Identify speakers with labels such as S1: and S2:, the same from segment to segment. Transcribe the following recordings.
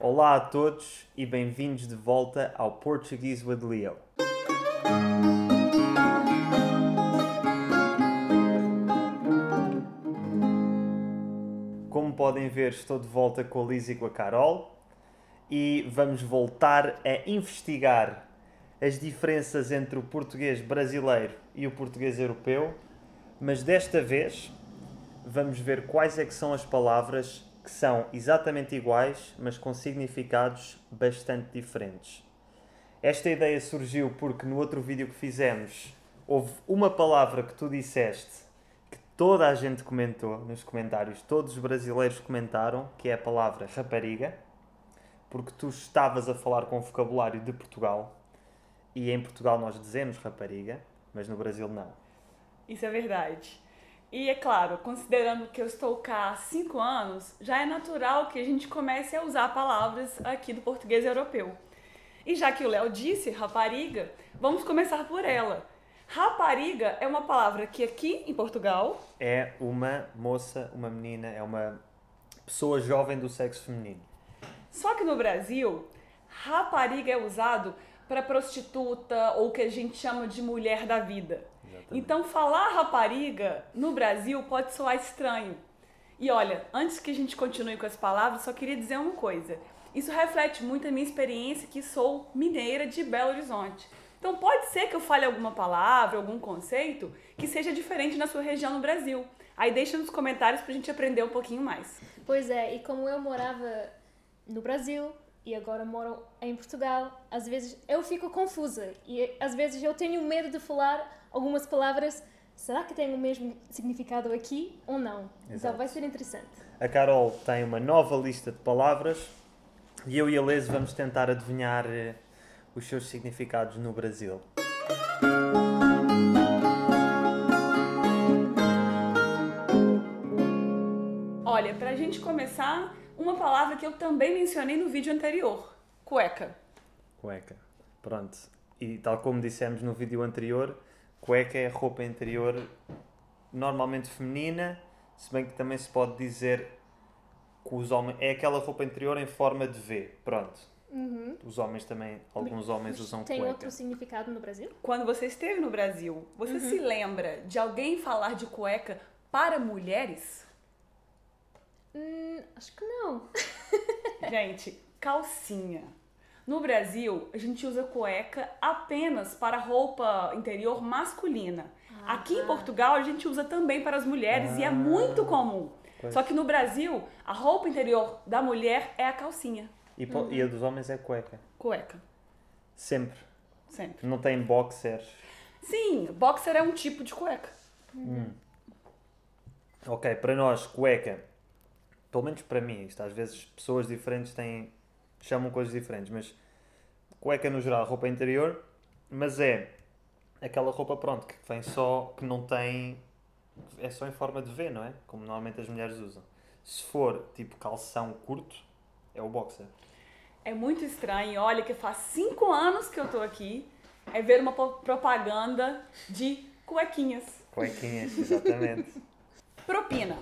S1: Olá a todos e bem-vindos de volta ao Portuguese with Leo. Como podem ver, estou de volta com a Liz e com a Carol e vamos voltar a investigar as diferenças entre o português brasileiro e o português europeu, mas desta vez vamos ver quais é que são as palavras que são exatamente iguais, mas com significados bastante diferentes. Esta ideia surgiu porque no outro vídeo que fizemos houve uma palavra que tu disseste que toda a gente comentou nos comentários, todos os brasileiros comentaram, que é a palavra rapariga, porque tu estavas a falar com o vocabulário de Portugal e em Portugal nós dizemos rapariga, mas no Brasil não.
S2: Isso é verdade. E é claro, considerando que eu estou cá há cinco anos, já é natural que a gente comece a usar palavras aqui do português europeu. E já que o Léo disse rapariga, vamos começar por ela. Rapariga é uma palavra que aqui em Portugal
S1: É uma moça, uma menina, é uma pessoa jovem do sexo feminino.
S2: Só que no Brasil, rapariga é usado para prostituta ou o que a gente chama de mulher da vida.
S1: Exatamente.
S2: Então, falar rapariga no Brasil pode soar estranho. E olha, antes que a gente continue com as palavras, só queria dizer uma coisa. Isso reflete muito a minha experiência que sou mineira de Belo Horizonte. Então, pode ser que eu fale alguma palavra, algum conceito que seja diferente na sua região no Brasil. Aí deixa nos comentários pra gente aprender um pouquinho mais.
S3: Pois é, e como eu morava no Brasil e agora moro em Portugal, às vezes eu fico confusa e às vezes eu tenho medo de falar algumas palavras. Será que tem o mesmo significado aqui ou não?
S1: Exato.
S3: Então vai ser interessante.
S1: A Carol tem uma nova lista de palavras e eu e a Liz vamos tentar adivinhar eh, os seus significados no Brasil.
S2: Olha, pra gente começar, uma palavra que eu também mencionei no vídeo anterior: cueca.
S1: Cueca. Pronto. E tal como dissemos no vídeo anterior, cueca é roupa interior normalmente feminina, se bem que também se pode dizer que os homens. É aquela roupa interior em forma de V. Pronto. Os homens também. Alguns homens
S3: Mas
S1: usam
S3: tem
S1: cueca.
S3: outro significado no Brasil?
S2: Quando você esteve no Brasil, você se lembra de alguém falar de cueca para mulheres?
S3: Hum, acho que não.
S2: Gente, calcinha. No Brasil, a gente usa cueca apenas para roupa interior masculina. Aqui em Portugal, a gente usa também para as mulheres e é muito comum.
S1: Pois.
S2: Só que no Brasil, a roupa interior da mulher é a calcinha,
S1: E, po- e a dos homens é cueca.
S2: cueca,
S1: Sempre.
S2: sempre.
S1: Não tem boxers.
S2: Sim, boxer é um tipo de cueca.
S1: Ok, para nós, cueca, pelo menos para mim, isto às vezes pessoas diferentes têm, chamam coisas diferentes, mas cueca no geral, roupa interior, mas é aquela roupa, pronto, que vem só, que não tem, é só em forma de V, não é? Como normalmente as mulheres usam. Se for tipo calção curto, é o boxer.
S2: É muito estranho, olha que faz cinco anos que eu tô aqui, é ver uma po- propaganda de cuequinhas.
S1: Cuequinhas, exatamente.
S2: Propina.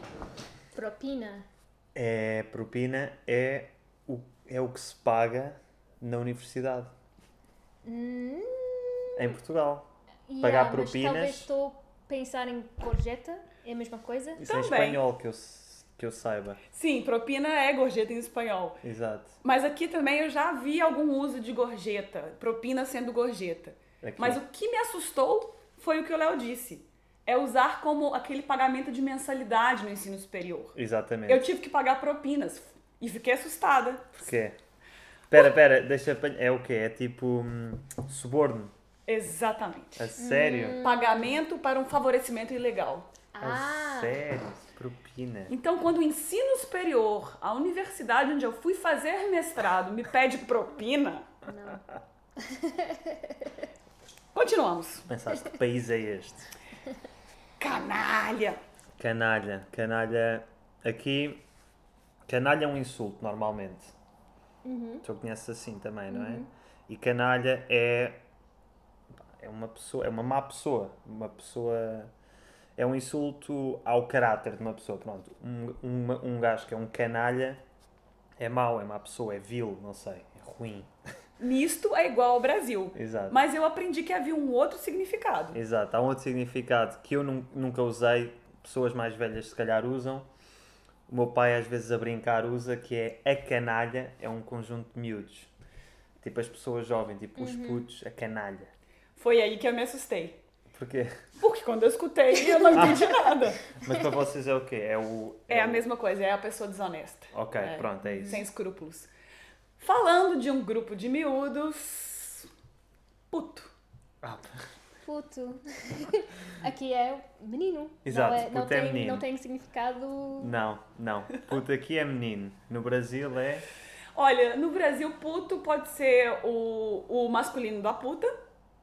S3: Propina.
S1: É, propina é o, é o que se paga na universidade,
S3: Hum,
S1: em Portugal.
S3: yeah,
S1: Pagar
S3: mas
S1: propinas.
S3: Talvez estou a pensar em gorjeta, é a mesma coisa.
S1: Isso é em
S2: Também.
S1: espanhol que eu, s- que eu saiba.
S2: Sim, propina é gorjeta em espanhol.
S1: Exato.
S2: Mas aqui também eu já vi algum uso de gorjeta, propina sendo gorjeta.
S1: Aqui.
S2: Mas o que me assustou foi o que o Léo disse. É usar como aquele pagamento de mensalidade no ensino superior.
S1: Exatamente.
S2: Eu tive que pagar propinas e fiquei assustada.
S1: Porquê? Pera, pera, deixa apanhar. É o quê? É tipo hum, suborno.
S2: Exatamente.
S1: A
S2: Hum,
S1: sério?
S2: Pagamento para um favorecimento ilegal.
S1: A
S3: Ah,
S1: sério? Propina.
S2: Então, quando o ensino superior, a universidade onde eu fui fazer mestrado, me pede propina.
S3: não.
S2: Continuamos.
S1: Pensaste que país é este?
S2: Canalha!
S1: Canalha. Canalha. Aqui. Canalha é um insulto, normalmente. Tu conheces assim também, não é? E canalha é. É uma pessoa. É uma má pessoa. Uma pessoa. É um insulto ao caráter de uma pessoa. Pronto. Um, um, um gajo que é um canalha é mau, é má pessoa, é vil, não sei, é ruim.
S2: Nisto é igual ao Brasil.
S1: Exato.
S2: Mas eu aprendi que havia um outro significado.
S1: Exato. Há um outro significado que eu nun- nunca usei, pessoas mais velhas se calhar usam. O meu pai às vezes a brincar usa, que é a canalha, é um conjunto de miúdos. Tipo as pessoas jovens, tipo os
S2: Uhum.
S1: putos, a canalha.
S2: Foi aí que eu me assustei.
S1: Porque,
S2: Porque quando eu escutei, eu não entendi nada.
S1: mas para vocês é o quê? É o...
S2: É a
S1: o-
S2: mesma coisa, é a pessoa desonesta.
S1: Ok,
S2: É.
S1: pronto, é isso.
S2: Sem escrúpulos. Falando de um grupo de miúdos. Puto.
S1: Ah,
S3: Puto. Aqui é menino.
S1: Exato,
S3: não é, não
S1: puto é
S3: tem,
S1: menino.
S3: Não tem significado.
S1: não, não. Puto aqui é menino. No Brasil é...
S2: Olha, no Brasil, puto pode ser o, o masculino da puta,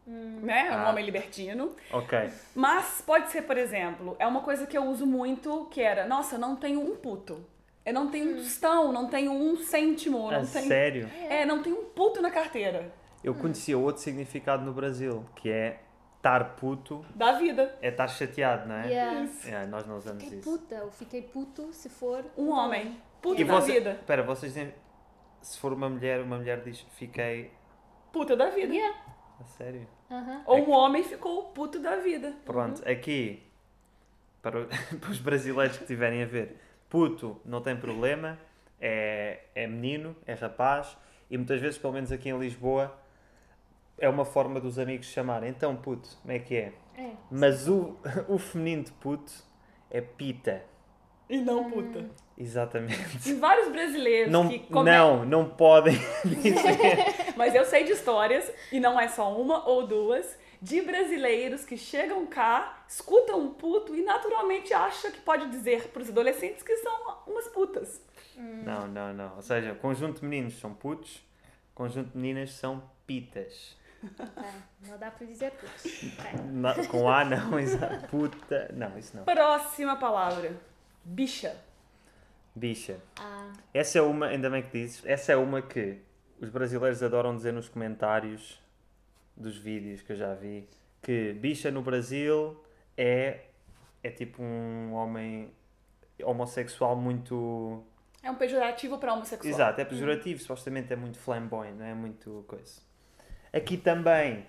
S2: né? Um
S1: Ah.
S2: homem libertino.
S1: Ok.
S2: Mas pode ser, por exemplo, é uma coisa que eu uso muito, que era, nossa, eu não tenho um puto. Eu não tenho um tostão, não tenho um cêntimo, eu
S1: A
S2: não tenho. Hum.
S1: sério?
S2: É, não tenho um puto na carteira.
S1: Eu conhecia outro significado no Brasil, que é estar puto,
S2: Da vida.
S1: é estar chateado, não é?
S3: Yeah.
S1: É, nós não usamos
S3: Fiquei
S1: isso.
S3: puta, eu fiquei puto se for
S2: Um homem. Puto
S1: E
S2: da
S1: você-
S2: vida.
S1: Espera, vocês dizem. Se for uma mulher, uma mulher diz fiquei.
S2: Puta da vida.
S3: Yeah.
S1: A sério?
S3: Aham.
S2: Ou um homem ficou puto da vida.
S1: Pronto,
S2: Uhum.
S1: aqui. Para, o- para os brasileiros que tiverem a ver, puto não tem problema, é, é menino, é rapaz, e muitas vezes, pelo menos aqui em Lisboa, é uma forma dos amigos chamarem. Então, puto, como é que é?
S3: É.
S1: Mas o, o feminino de puto é pita.
S2: E não puta.
S1: Exatamente.
S2: Tem vários brasileiros
S1: Não,
S2: que é- come-
S1: não, não podem dizer.
S2: Mas eu sei de histórias, e não é só uma ou duas, de brasileiros que chegam cá, escutam um puto e naturalmente acha que pode dizer pros adolescentes que são umas putas.
S1: Não, não, não. Ou seja, conjunto de meninos são putos, conjunto de meninas são pitas.
S3: É, Não dá para dizer puto. É.
S1: Na- com A não, exato. Puta. Não, isso não.
S2: Próxima palavra. Bicha.
S1: Bicha.
S3: Ah,
S1: Essa é uma, ainda bem que dizes, essa é uma que os brasileiros adoram dizer nos comentários dos vídeos que eu já vi, que bicha no Brasil é, é tipo um homem homossexual muito...
S2: É um pejorativo pra homossexual.
S1: Exato, é pejorativo, supostamente é muito flamboyant, não é muito coisa. Aqui também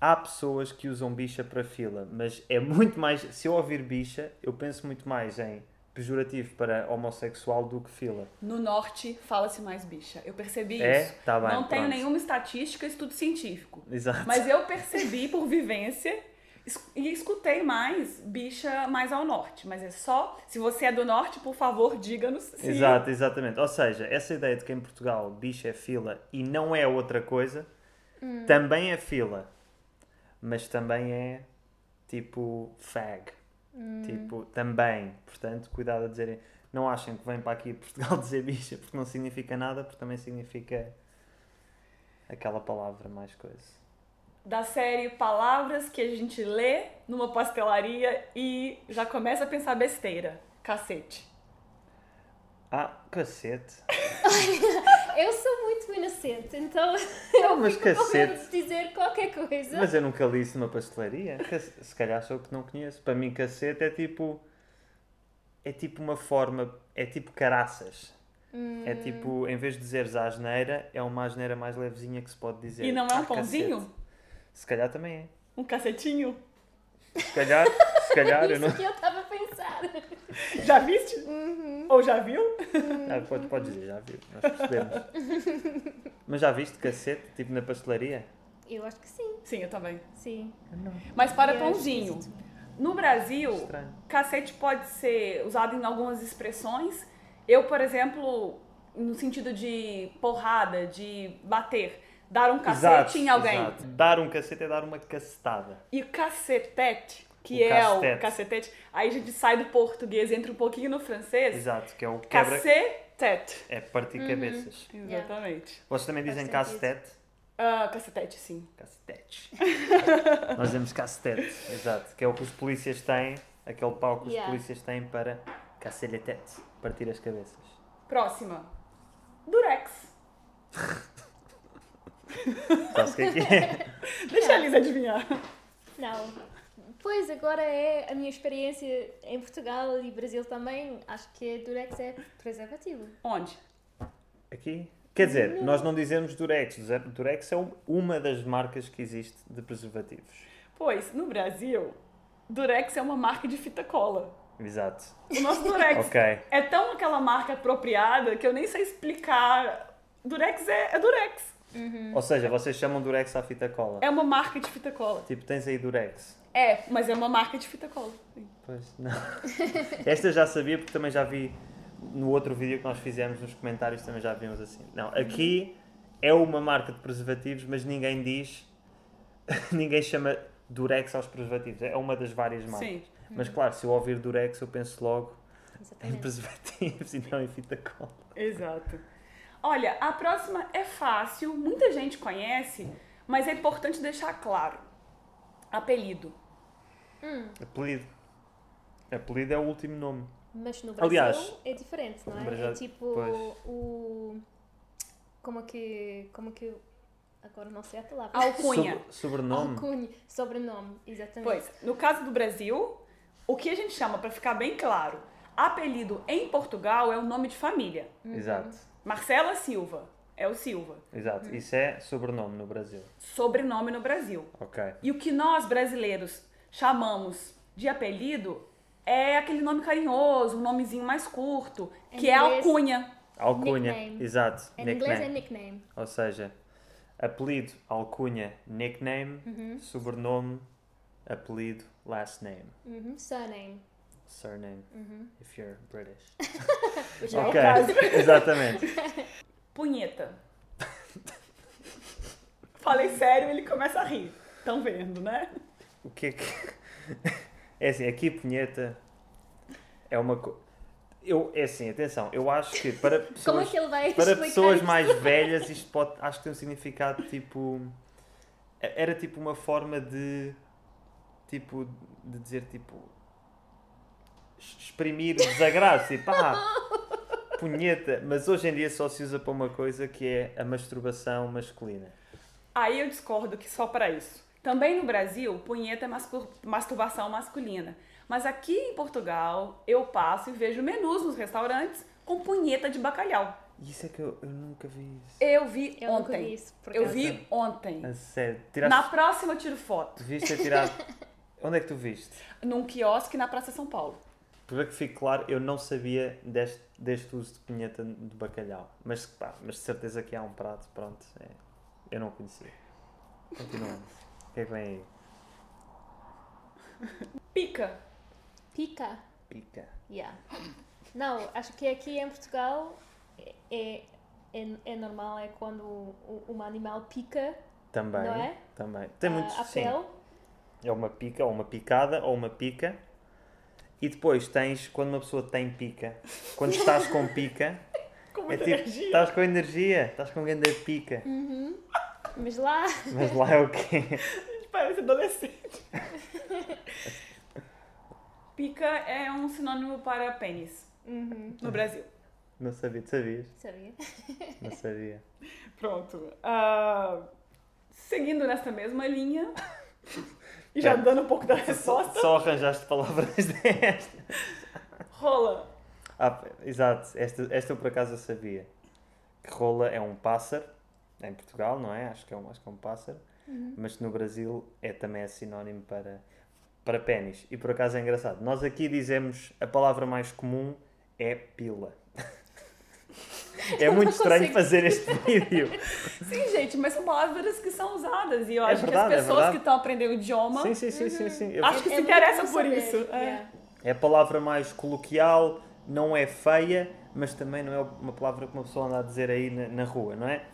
S1: há pessoas que usam bicha para fila, mas é muito mais. Se eu ouvir bicha, eu penso muito mais em pejorativo para homossexual do que fila.
S2: No norte fala-se mais bicha. Eu percebi
S1: É?
S2: isso.
S1: Tá bem,
S2: não tenho
S1: pronto.
S2: nenhuma estatística, estudo científico.
S1: Exato.
S2: Mas eu percebi por vivência es- e escutei mais bicha mais ao norte. Mas é só, se você é do norte, por favor, diga-nos se
S1: Exato, exatamente. Ou seja, essa ideia de que em Portugal bicha é fila e não é outra coisa, também é fila, mas também é tipo fag. Tipo, também. Portanto, cuidado a dizerem. Não achem que vêm para aqui Portugal dizer bicha porque não significa nada, porque também significa aquela palavra, mais coisa.
S2: da série Palavras que a gente lê numa pastelaria e já começa a pensar besteira. Cacete.
S1: Ah, cacete.
S3: eu sou muito inocente, então eu
S1: mas
S3: fico com medo
S1: cacete.
S3: de dizer qualquer coisa.
S1: Mas eu nunca li isso numa pastelaria. Cac- Se calhar sou eu que não conheço. Para mim, cacete é tipo. É tipo uma forma. É tipo caraças. É tipo, em vez de dizeres a asneira, é uma asneira mais levezinha que se pode dizer.
S2: E não é um
S1: Ah,
S2: pãozinho?
S1: cacete. Se calhar também é.
S2: Um cacetinho?
S1: Se calhar, se calhar, eu é não.
S3: Isso que eu estava a pensar.
S2: Já viste? Ou já viu?
S1: Ah, pode, pode dizer, já viu. Nós percebemos. Mas já viste cacete, tipo na pastelaria?
S3: Eu acho que sim,
S2: Sim, eu também.
S3: sim.
S2: Mas para
S3: Eu acho
S2: pãozinho. No Brasil,
S1: Estranho.
S2: cacete pode ser usado em algumas expressões. Eu, por exemplo, no sentido de porrada, de bater, dar um cacete em alguém.
S1: exato. Dar um cacete é dar uma cacetada.
S2: E cacetete, que
S1: O
S2: é o
S1: cacetete.
S2: cacetete, aí a gente sai do português, entra um pouquinho no francês.
S1: Exato, que é o quebra.
S2: Cacetete.
S1: É partir cabeças.
S2: Exatamente.
S1: Vocês também dizem
S3: Faz
S1: cacetete?
S2: Ah, cacetete, sim.
S1: Cacetete. Nós dizemos cacetete, exato. Que é o que os polícias têm, aquele pau que os
S3: Yeah.
S1: polícias têm para caceletete, partir as cabeças.
S2: Próxima. Durex.
S1: Sabes o que é que é?
S2: Deixa a Liz adivinhar.
S3: Não. Pois agora é a minha experiência em Portugal e Brasil também. Acho que Durex é preservativo.
S2: Onde?
S1: Aqui? Quer dizer, nós não dizemos Durex. Durex é um- uma das marcas que existe de preservativos.
S2: Pois, no Brasil, Durex é uma marca de fita cola.
S1: Exato.
S2: O nosso Durex
S1: Ok.
S2: é tão aquela marca apropriada que eu nem sei explicar. Durex é, é Durex.
S3: Hum.
S1: Ou seja, vocês chamam Durex à fita cola.
S2: É uma marca de fita cola.
S1: Tipo, tens aí Durex.
S2: É, mas é uma marca de fita cola. sim.
S1: Pois, não. Esta eu já sabia porque também já vi no outro vídeo que nós fizemos nos comentários também já vimos assim. Não, aqui é uma marca de preservativos, mas ninguém diz, ninguém chama Durex aos preservativos. É uma das várias marcas.
S2: Sim.
S1: Mas claro, se eu ouvir Durex eu penso logo em
S3: Exatamente.
S1: preservativos e não em fita cola.
S2: Exato. Olha, a próxima é fácil, muita gente conhece, mas é importante deixar claro. Apelido.
S1: Apelido. Apelido é o último nome.
S3: Mas no Brasil
S1: Aliás,
S3: é diferente, não é?
S1: no
S3: é
S1: Brasil,
S3: tipo
S1: pois.
S3: o. Como é que. Como que. Agora não sei a palavra.
S2: Alcunha.
S1: Sobre- sobrenome.
S3: Alcunha. Sobrenome, exatamente.
S2: Pois, no caso do Brasil, o que a gente chama, para ficar bem claro, apelido em Portugal é o nome de família.
S1: Exato.
S2: Marcela Silva é o Silva.
S1: Exato.
S3: Hum.
S1: Isso é sobrenome no Brasil.
S2: Sobrenome no Brasil.
S1: Ok.
S2: E o que nós brasileiros chamamos de apelido é aquele nome carinhoso, um nomezinho mais curto,
S3: Em
S2: que é
S3: inglês-
S2: alcunha.
S1: Alcunha.
S3: Nickname.
S1: Exato.
S3: Em inglês é nickname.
S1: Ou seja, apelido, alcunha, nickname,
S2: Uhum.
S1: sobrenome, apelido, last name,
S3: Uhum. Surname.
S1: surname, if you're British.
S2: Uhum.
S3: Which
S2: Já é o
S1: ok,
S2: caso.
S1: exatamente.
S2: Punheta. Falei sério, ele começa a rir. Estão vendo, né?
S1: O que é que. É assim, aqui punheta é uma coisa. Eu, é assim, atenção, eu acho que para pessoas,
S3: Como é que ele vai
S1: para
S3: explicar
S1: pessoas
S3: isto?
S1: mais velhas isto pode, acho que tem um significado tipo. Era tipo uma forma de. Tipo, de dizer tipo. es- Exprimir o desagrado, tipo, ah, punheta. Mas hoje em dia só se usa para uma coisa que é a masturbação masculina.
S2: Aí eu discordo que só para isso. Também no Brasil, punheta é mascu- masturbação masculina. Mas aqui em Portugal, eu passo e vejo menus nos restaurantes com punheta de bacalhau.
S1: E Isso é que eu, eu nunca vi isso.
S2: Eu vi
S3: Eu nunca vi
S2: ontem.
S3: isso. por
S2: Eu
S3: acaso.
S2: vi ontem.
S1: A sério,
S2: Na
S1: tiraste.
S2: próxima eu tiro foto.
S1: Tu viste a tirar. Onde é que tu viste?
S2: Num quiosque na Praça São Paulo.
S1: Para que fique claro, eu não sabia deste, deste uso de punheta de bacalhau. Mas, pá, mas de certeza que há um prato, pronto. é, eu não conhecia. Continuando. o que é que vem aí?
S2: Pica.
S3: Pica.
S1: Pica.
S3: Yeah. Não, acho que aqui em Portugal é, é, é normal, é quando o- um animal pica
S1: Também.
S3: Não é?
S1: Também. Tem
S3: ah,
S1: muitos.
S3: a
S1: sim.
S3: pele.
S1: É uma pica, ou uma picada, ou uma pica. E depois tens, quando uma pessoa tem pica, quando estás com pica,
S2: Como
S1: é tipo, estás com energia, estás com grande pica.
S3: Uhum. Mas lá,
S1: Mas lá é o quê?
S2: Parece adolescente. Pica é um sinônimo para pênis no Brasil.
S1: Não sabia, tu sabias?
S3: sabia?
S1: Não sabia.
S2: Pronto. Ah, seguindo nessa mesma linha, e
S1: É.
S2: já dando um pouco da resposta,
S1: Só arranjaste palavras destas.
S2: rola.
S1: Ah, p- exato, esta, esta eu por acaso eu sabia. Que rola é um pássaro, em Portugal, não é? Acho que é um, acho que é um pássaro,
S3: Uhum.
S1: mas no Brasil é também é sinónimo para, para pênis. E por acaso é engraçado. Nós aqui dizemos a palavra mais comum é pila. é
S3: Eu
S1: muito
S3: não
S1: estranho
S3: consigo.
S1: fazer este vídeo.
S2: Sim, gente, mas são palavras que são usadas. E eu
S1: É
S2: acho
S1: verdade,
S2: que
S1: é
S2: as pessoas
S1: verdade.
S2: que estão aprendendo o idioma.
S1: Sim, sim, sim, sim, sim. Eu-
S2: Acho que
S3: É
S2: se
S3: muito
S2: interessa
S3: bom
S2: por
S3: saber,
S2: isso. é.
S3: yeah.
S1: É a palavra mais coloquial, não é feia, mas também não é uma palavra que uma pessoa anda a dizer aí na, na rua, não é?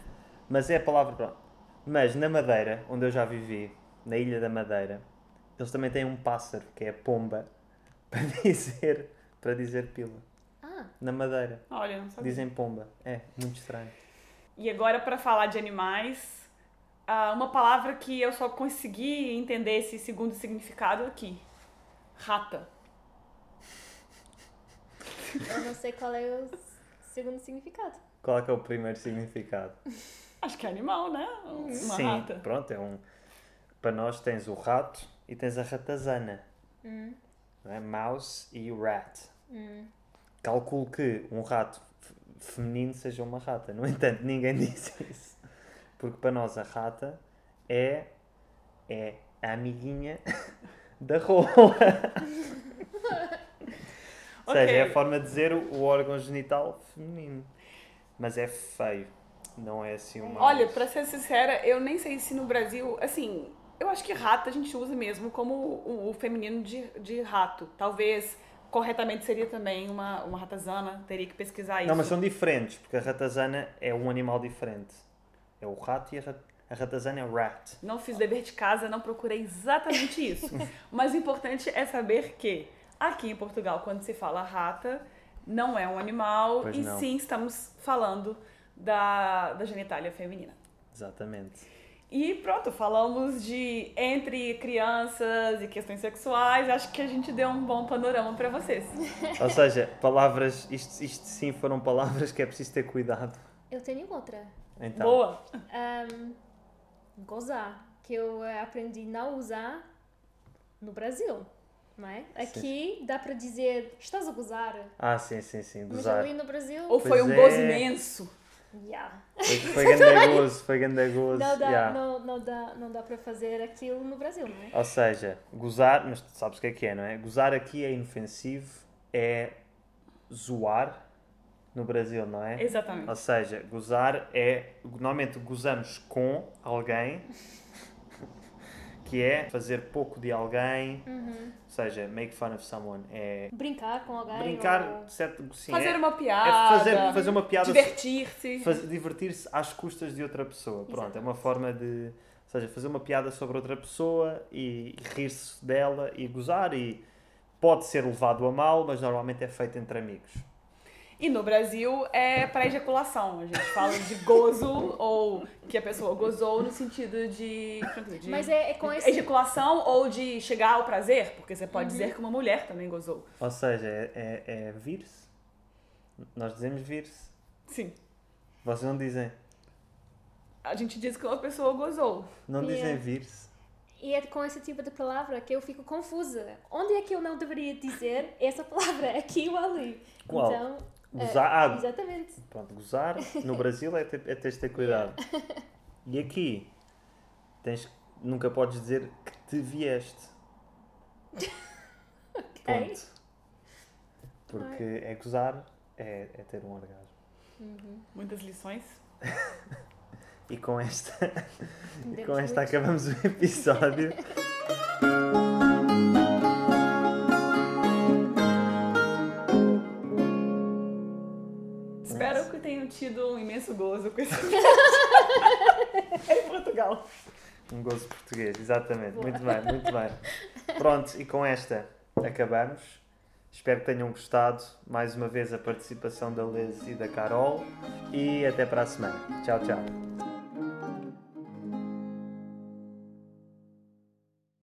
S1: Mas é a palavra. pronto. Mas na Madeira, onde eu já vivi, na Ilha da Madeira, eles também têm um pássaro, que é a pomba, para dizer, para dizer pila.
S3: Ah,
S1: Na Madeira,
S2: Olha, não sabia.
S1: dizem pomba. É, muito estranho.
S2: E agora, para falar de animais, ah, uma palavra que eu só consegui entender esse segundo significado aqui: rata.
S3: eu não sei qual é o segundo significado.
S1: Qual é que é o primeiro significado?
S2: Acho que é animal, né? Uma
S1: Sim,
S2: rata.
S1: pronto, é um. Para nós tens o rato e tens a ratazana.
S2: Hum.
S1: Né? Não é? Mouse e rat. Calculo que um rato f- feminino seja uma rata. No entanto, ninguém diz isso. Porque para nós a rata é, é a amiguinha da rola. Ou seja, é a
S2: Ok.
S1: forma de dizer o, o órgão genital feminino. Mas é feio. Não é assim uma.
S2: Olha, pra ser sincera, eu nem sei se no Brasil, assim, eu acho que rata a gente usa mesmo como o, o feminino de, de rato. Talvez corretamente seria também uma, uma ratazana, teria que pesquisar isso.
S1: Não, mas são diferentes, porque a ratazana é um animal diferente. É o rato e a, ra- a ratazana é o rat.
S2: Não fiz dever de casa, não procurei exatamente isso. Mas o importante é saber que aqui em Portugal, quando se fala rata, não é um animal
S1: Pois
S2: e
S1: não.
S2: sim estamos falando da, da genitália feminina.
S1: Exatamente.
S2: E pronto, falamos de entre crianças e questões sexuais. Acho que a gente deu um bom panorama pra vocês.
S1: Ou seja, palavras, isto, isto sim foram palavras que é preciso ter cuidado.
S3: Eu tenho outra.
S1: Então,
S2: Boa.
S3: Ahm, gozar, que eu eh, aprendi não usar no Brasil, não é? Aqui dá para dizer estás a gozar,
S1: Ah, sim, sim, sim,
S3: mas
S1: gozar.
S3: ali no Brasil,
S2: Ou foi
S1: Pois
S2: um
S1: é.
S2: gozo imenso.
S3: yeah.
S1: Foi, foi grande gozo, foi grande gozo.
S3: não, dá,
S1: yeah.
S3: não, não dá, não dá para fazer aquilo no Brasil, não é?
S1: Ou seja, gozar, mas tu sabes o que é que é, não é? Gozar aqui é inofensivo, é zoar no Brasil, não é?
S2: Exatamente.
S1: Ou seja, gozar é. Normalmente gozamos com alguém, que é fazer pouco de alguém, ou seja, make fun of someone. É
S3: Brincar com alguém.
S1: brincar,
S3: ou-
S1: certo? Sim,
S2: fazer
S1: é,
S2: uma
S1: é
S2: piada.
S1: fazer, fazer uma piada.
S2: Divertir-se.
S1: faz- Divertir-se às custas de outra pessoa. Pronto, é uma forma de. Ou seja, fazer uma piada sobre outra pessoa e rir-se dela e gozar e pode ser levado a mal, mas normalmente é feito entre amigos.
S2: E no Brasil é para ejaculação. A gente fala de gozo ou que a pessoa gozou no sentido de. de
S3: Mas é, é com esse.
S2: Ejaculação ou de chegar ao prazer, porque você pode
S3: Uhum.
S2: dizer que uma mulher também gozou.
S1: Ou seja, é, é- é vir-se. Nós dizemos vir-se.
S2: Sim.
S1: Vocês não dizem.
S2: A gente diz que uma pessoa gozou.
S1: Não dizem
S3: Yeah.
S1: vir-se.
S3: E é com esse tipo de palavra que eu fico confusa. Onde é que eu não deveria dizer essa palavra? Aqui ou ali?
S1: Qual?
S3: Então, eh,
S1: Gozar. ah,
S3: exatamente.
S1: pronto, gozar no Brasil é, ter, é teres de ter cuidado. E aqui tens, nunca podes dizer que te vieste.
S3: Ok.
S1: Ponto. Porque é gozar, é, é ter um orgasmo.
S2: Muitas lições.
S1: E com esta, e com
S3: Demos
S1: esta
S3: muito.
S1: acabamos o episódio.
S2: Espero que tenham tido um imenso gozo com esse em Portugal.
S1: Um gozo português, exatamente. Muito bem, muito bem. Pronto, e com esta acabamos. Espero que tenham gostado. Mais uma vez a participação da Liz e da Carol. E até para a semana. Tchau, tchau.